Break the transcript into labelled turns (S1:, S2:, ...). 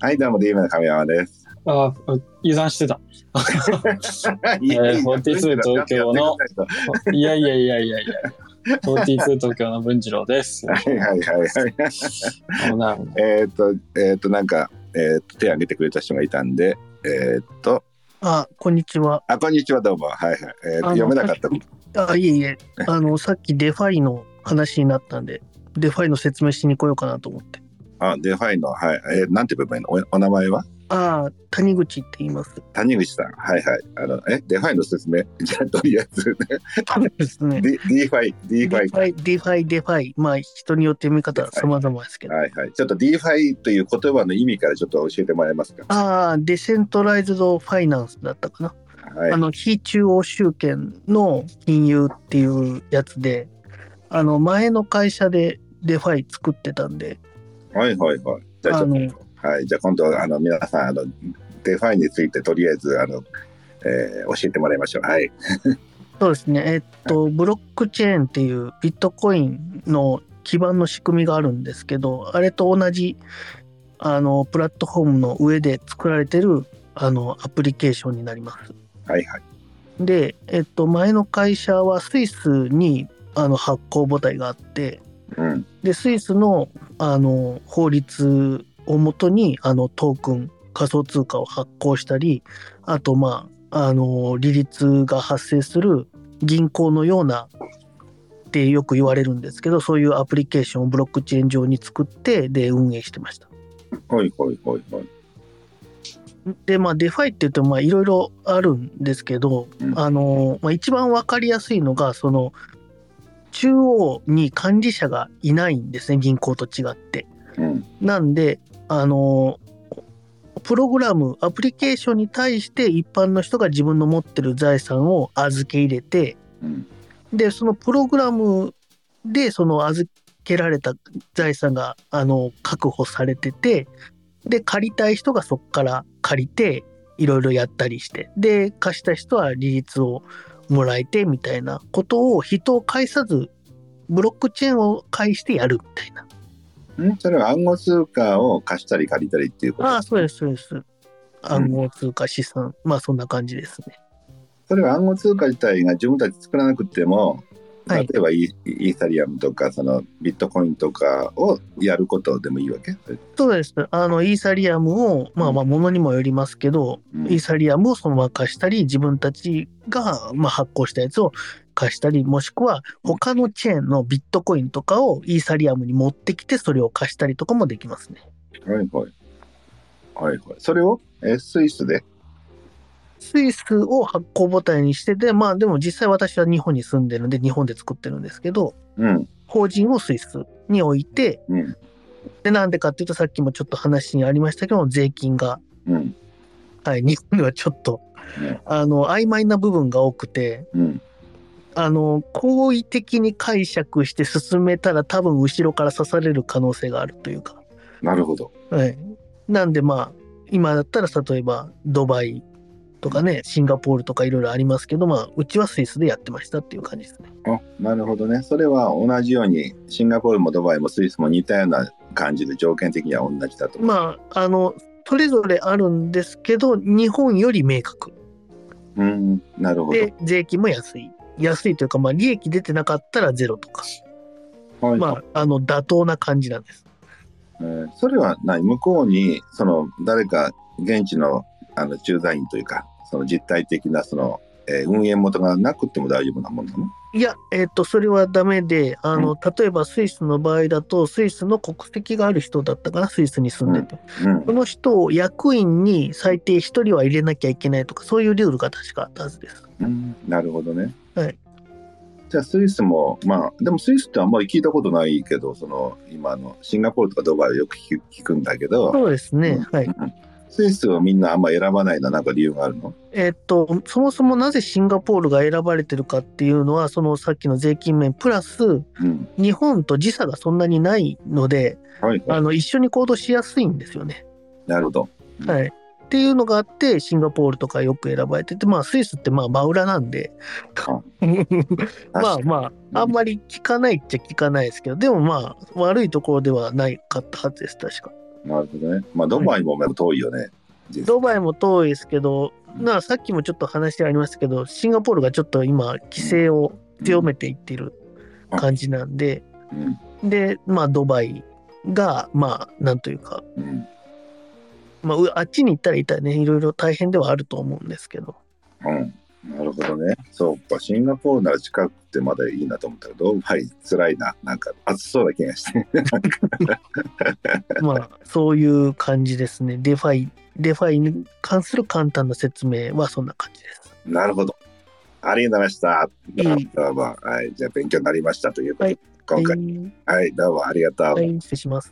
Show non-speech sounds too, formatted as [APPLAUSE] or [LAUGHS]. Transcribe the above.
S1: はい、どうも DM の亀山です。
S2: ああ、油断してた。 [LAUGHS]
S1: いやいや
S2: 42東京の。いやいやいやいやいや。42東京の文次郎です。
S1: はいはいはいはい。
S2: あのな
S1: えーっと、えーっと、なんか、えーっと、手挙げてくれた人がいたんで、えーっと、
S3: あ、こんにちは。
S1: あ、こんにちは、どうも。はいはい。えーっと
S3: あの
S1: 読めなかった。
S3: あ、いえい [LAUGHS] え、あの、さっきデファイの話になったんで、デファイの説明しに来ようかなと思って。
S1: あ、デファイの、はい。えーなんて部分のおお名前は
S3: ああ、谷口って言います。
S1: 谷口さん。はいはい。あの、え、デファイの説明 [LAUGHS] じゃあ、とりあえず、
S3: そうですね。
S1: D- DeFi、
S3: デフ
S1: DeFi
S3: ァイ、デファイ、デファイ。まあ、人によって見方は様々ですけど。
S1: はいはい。ちょっと DeFi という言葉の意味からちょっと教えてもらえますか。
S3: ああ、デセントライズドファイナンスだったかな。
S1: はい
S3: あ。の、非中央集権の金融っていうやつで、あの、前の会社でデファイ作ってたんで、
S1: はいはいはい。じゃあちょっ
S3: あの
S1: と、はい。じゃあ今度は、あの、皆さん、あの、デファイについてとりあえず、あの、えー教えてもらいましょう。はい。
S3: そうですね。えっと、ブロックチェーンっていうビットコインの基盤の仕組みがあるんですけど、あれと同じあのプラットフォームの上で作られてるあのアプリケーションになります。
S1: はいはい。
S3: で、えっと、前の会社はスイスにあの発行母体があって、
S1: うん。
S3: で、スイスのあの法律をもとにあのトークン、仮想通貨を発行したり、あと、まあ、あの、利率が発生する銀行のようなってよく言われるんですけど、そういうアプリケーションをブロックチェーン上に作って、で、運営してました。
S1: はいはいはいはい。
S3: で、まあ、デファイって言うと、まあ、いろいろあるんですけど、
S1: うん
S3: あの、まあ、一番わかりやすいのが、その、中央に管理者がいないんですね、銀行と違って。
S1: うん。
S3: なんで、あのプログラム、アプリケーションに対して一般の人が自分の持ってる財産を預け入れて、
S1: うん。
S3: で、そのプログラムでその預けられた財産が、あの確保されてて、で、借りたい人がそこから借りて、いろいろやったりして、で、貸した人は利率をもらえてみたいなことを人を介さず、ブロックチェーンを介してやるみたいな。
S1: んそれは暗号通貨を貸したり借りたりっていうこと
S3: ああ、そうです、そうです。暗号通貨資産、まあそんな感じですね。
S1: それは暗号通貨自体が自分たち作らなくても、
S3: は
S1: 例
S3: い
S1: えばイイーサリアムとかそのビットコインとかをやることでもいいわけ、
S3: そうです。あの、イーサリアムを、まあまあ、ものにもよりますけど、
S1: うん
S3: イーサリアムをそのまま貸したり、自分たちが、まあ、発行したやつを貸したり、もしくは、他のチェーンのビットコインとかをイーサリアムに持ってきて、それを貸したりとかもできますね。
S1: はいはい。はいはい。それを、えースイスで。
S3: スイスを発行母体にしてて、まあ、でも実際私は日本に住んでるんで、日本で作ってるんですけど、
S1: うん。
S3: 法人をスイスに置いて、
S1: うん。
S3: で、なんでかっていうと、さっきもちょっと話にありましたけども、税金が、
S1: うん。
S3: はい、日本ではちょっと
S1: ね、
S3: あの、曖昧な部分が多くて、
S1: うん。
S3: あの、好意的に解釈して進めたら、多分後ろから刺される可能性があるというか、
S1: なるほど。
S3: はい。なんで、まあ、今だったら、例えば、ドバイとかね、シンガポールとかいろいろありますけど、まあ、うちはスイスでやってましたっていう感じですね。
S1: あ、なるほどね。それは同じように、シンガポールもドバイもスイスも似たような感じで条件的には同じだと。
S3: まあ、あの、それぞれあるんですけど、日本より明確。
S1: うん。なるほど。
S3: で、税金も安い。安いというか、まあ、利益出てなかったらゼロとか、
S1: はい、
S3: まあ、あの、妥当な感じなんです。
S1: えーそれは何向こうに、その、誰か現地のあの駐在員というか、その実体的な、その、えー運営元がなくても大丈夫なもんなの
S3: いや、えっ、と、それはダメで、あの、例えばスイスの場合だと、スイスの国籍がある人だったかな、スイスに住んでて。
S1: うん
S3: こ。の人を役員に最低1人は入れなきゃいけないとか、そういうルールが確かあったはずです。
S1: うんなるほどね。
S3: はい。
S1: じゃあスイスもまあでもスイスってあんまり聞いたことないけどその今のシンガポールとかドバイはよく聞く聞くんだけど、
S3: そうですね。
S1: うん
S3: はい。
S1: スイスをみんなあんま選ばないのはなんか理由があるの
S3: えっと、そもそもなぜシンガポールが選ばれてるかっていうのは、そのさっきの税金面、プラス、
S1: うん。
S3: 日本と時差がそんなにないので、
S1: はいは
S3: あ
S1: い。
S3: の一緒に行動しやすいんですよね。
S1: なるほど。うん
S3: はい、っていうのがあってシンガポールとかよく選ばれてて、まあ、スイスってまあ真裏なんで
S1: 確
S3: まあ
S1: かに
S3: まああんまり聞かないっちゃ聞かないですけどでもまあ悪いところではないかったはずです確か。
S1: なるほどね。まあ、ドバイもまだ遠いよね。実際
S3: ドバイも遠いですけど、
S1: うん
S3: なあさっきもちょっと話でありましたけど、シンガポールがちょっと今、規制を強めていってる感じなんで、
S1: うん。
S3: で、まあ、ドバイが、まあ、なんというか、
S1: うん。
S3: まあう、あっちに行ったら行ったらね、いろいろ大変ではあると思うんですけど、
S1: うん。なるほどね。そうか、シンガポールなら近くてまだいいなと思ったけど、ドバイ辛いな。なんか暑そうな気がして。 [LAUGHS]
S3: まあ、そういう感じですね。デファイ、デファイに関する簡単な説明はそんな感じです。
S1: なるほど。ありがとうございました。
S3: いい
S1: どうも。はい。じゃあ勉強になりましたということで、今回。
S3: はい
S1: はい、どうもありがとう。
S3: はい、失礼します。